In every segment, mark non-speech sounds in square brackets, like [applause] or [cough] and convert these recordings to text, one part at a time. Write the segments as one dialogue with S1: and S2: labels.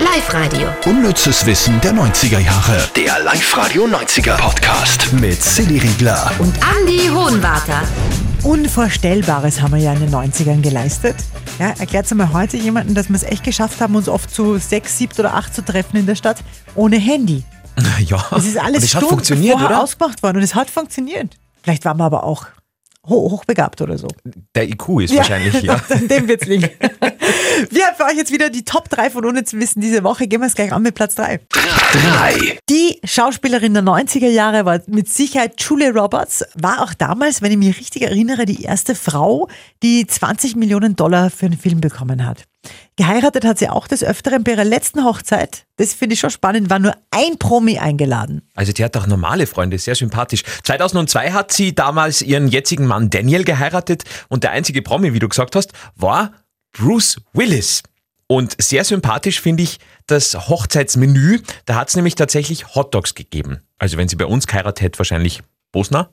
S1: Live-Radio.
S2: Unnützes Wissen der 90er Jahre.
S3: Der Live-Radio 90er Podcast.
S2: Mit Silly Riegler.
S1: Und Andy Hohenwarter.
S4: Unvorstellbares haben wir ja in den 90ern geleistet. Ja, erklärt mal heute jemanden, dass wir es echt geschafft haben, uns oft zu sechs, sieben oder acht zu treffen in der Stadt ohne Handy.
S5: [laughs] Ja,
S4: Das ist alles
S5: und es hat
S4: Stunden
S5: funktioniert,
S4: vorher
S5: oder?
S4: ausgemacht worden und es hat funktioniert. Vielleicht waren wir aber auch ho- hochbegabt oder so.
S5: Der IQ ist wahrscheinlich, ja.
S4: [laughs] An dem wird's
S5: [laughs]
S4: liegen. Wir haben für euch jetzt wieder die Top 3 von unnützem Wissen diese Woche. Gehen wir es gleich an mit Platz 3.
S3: 3.
S4: Die Schauspielerin der 90er Jahre war mit Sicherheit Julia Roberts, war auch damals, wenn ich mich richtig erinnere, die erste Frau, die 20 Millionen Dollar für einen Film bekommen hat. Geheiratet hat sie auch des Öfteren bei ihrer letzten Hochzeit. Das finde ich schon spannend, war nur ein Promi eingeladen.
S5: Also die hat auch normale Freunde, sehr sympathisch. 2002 hat sie damals ihren jetzigen Mann Daniel geheiratet und der einzige Promi, wie du gesagt hast, war Bruce Willis. Und sehr sympathisch finde ich das Hochzeitsmenü. Da hat es nämlich tatsächlich Hotdogs gegeben. Also wenn sie bei uns geheiratet hätte, wahrscheinlich Bosner.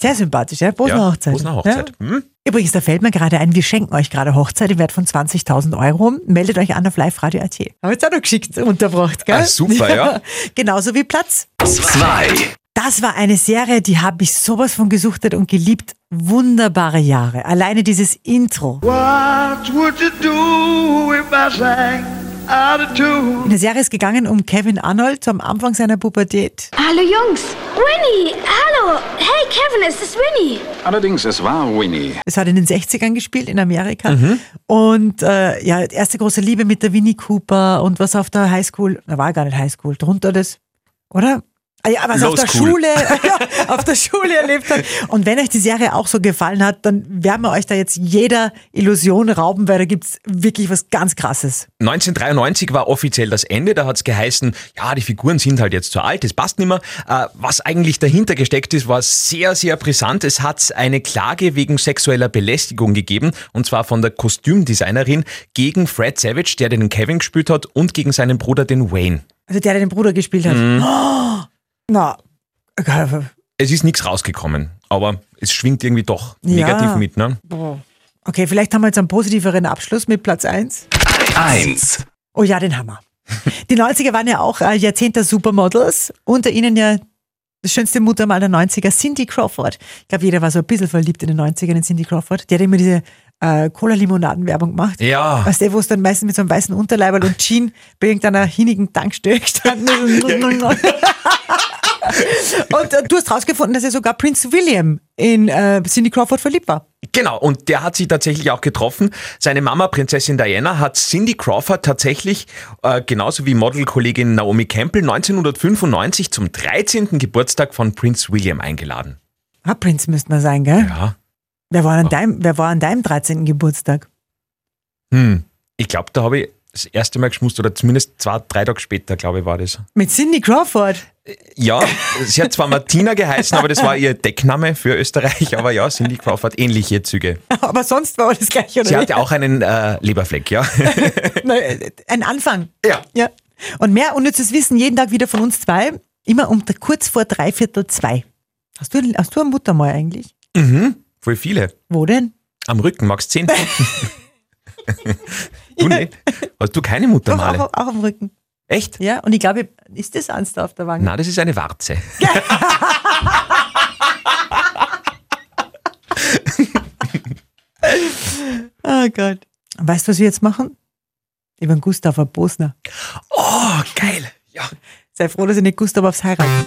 S4: Sehr sympathisch, ja? Bosner
S5: Ja,
S4: Hochzeit.
S5: Bosner Hochzeit.
S4: Ja?
S5: Hm?
S4: Übrigens, da fällt mir gerade ein, wir schenken euch gerade Hochzeit im Wert von 20.000 Euro. Meldet euch an auf liveradio.at. Haben jetzt auch noch geschickt unterbracht, gell?
S5: Ah, super, ja.
S4: [laughs] Genauso wie Platz
S3: 2.
S4: Das war eine Serie, die habe ich sowas von gesuchtet und geliebt. Wunderbare Jahre. Alleine dieses Intro.
S6: What would you do if I sang out of tune?
S4: In der Serie ist gegangen um Kevin Arnold am Anfang seiner Pubertät.
S7: Hallo Jungs. Winnie, hallo. Hey Kevin, es ist Winnie.
S8: Allerdings, es war Winnie.
S4: Es hat in den 60ern gespielt in Amerika.
S5: Mhm.
S4: Und äh, ja, erste große Liebe mit der Winnie Cooper und was auf der Highschool, da war gar nicht Highschool, drunter das, oder? Ah Ja, was auf
S5: Low
S4: der
S5: School. [laughs]
S4: Schule, [laughs] ja, auf der Schule erlebt hat. Und wenn euch die Serie auch so gefallen hat, dann werden wir euch da jetzt jeder Illusion rauben, weil da gibt's wirklich was ganz Krasses.
S5: 1993 war offiziell das Ende, da hat es geheißen, ja, die Figuren sind halt jetzt zu alt, das passt nicht mehr. Äh, was eigentlich dahinter gesteckt ist, war sehr, sehr brisant. Es hat eine Klage wegen sexueller Belästigung gegeben, und zwar von der Kostümdesignerin gegen Fred Savage, der den Kevin gespielt hat, und gegen seinen Bruder, den Wayne.
S4: Also der, der den Bruder gespielt hat.
S5: Mhm.
S4: Oh, [gasps] na, äh,
S5: Es ist nichts rausgekommen, aber es schwingt irgendwie doch negativ
S4: Ja.
S5: mit. Ne?
S4: okay, vielleicht haben wir jetzt einen positiveren Abschluss mit Platz eins.
S3: 1.
S4: Oh ja, den Hammer. Die 90er waren ja auch äh, Jahrzehnte Supermodels. Unter ihnen ja das schönste Muttermal der 90er, Cindy Crawford. Ich glaube, jeder war so ein bisschen verliebt in den 90ern in Cindy Crawford. Die hat immer diese äh, Cola-Limonaden-Werbung gemacht.
S5: Ja.
S4: Weißt du, wo es dann meistens mit so einem weißen Unterleiberl und Jean bei irgendeiner hinigen Tankstelle gestanden
S5: [laughs]
S4: ist. und äh, du hast rausgefunden, dass ja sogar Prince William in äh, Cindy Crawford verliebt war.
S5: Genau, und der hat sie tatsächlich auch getroffen. Seine Mama, Prinzessin Diana, hat Cindy Crawford tatsächlich, äh, genauso wie Modelkollegin Naomi Campbell, 1995 zum 13. Geburtstag von Prince William eingeladen.
S4: Ah, Prince müsste man sein, gell?
S5: Ja.
S4: Wer, war an deinem, wer war an deinem 13. Geburtstag?
S5: Hm. Ich glaube, da habe ich das erste Mal geschmust, oder zumindest zwei, drei Tage später, glaube ich, war das.
S4: Mit Cindy Crawford?
S5: Ja, sie hat zwar Martina geheißen, aber das war ihr Deckname für Österreich. Aber ja, Cindy Crawford, ähnliche Züge.
S4: Aber sonst war alles gleich, oder?
S5: Sie
S4: nicht?
S5: hatte auch einen äh, Leberfleck, ja.
S4: Na, äh, Ein Anfang.
S5: Ja.
S4: ja. Und mehr unnützes Wissen jeden Tag wieder von uns zwei. Immer um d- kurz vor dreiviertel zwei. Hast du, ein- hast du eine Mutter mal eigentlich?
S5: Voll viele.
S4: Wo denn?
S5: Am Rücken, magst zehn Pfund? [laughs] du nicht? Hast du keine
S4: Doch,
S5: Muttermale?
S4: auch, auch am Rücken.
S5: Echt?
S4: Ja, und ich glaube, ist das eins da auf der Wange?
S5: Na, das ist eine Warze.
S4: Oh Gott. Und Weißt du, was wir jetzt machen? Über den Gustav auf Bosner.
S5: Oh, geil. Ja.
S4: Sei froh, dass ich nicht Gustav aufs heiraten.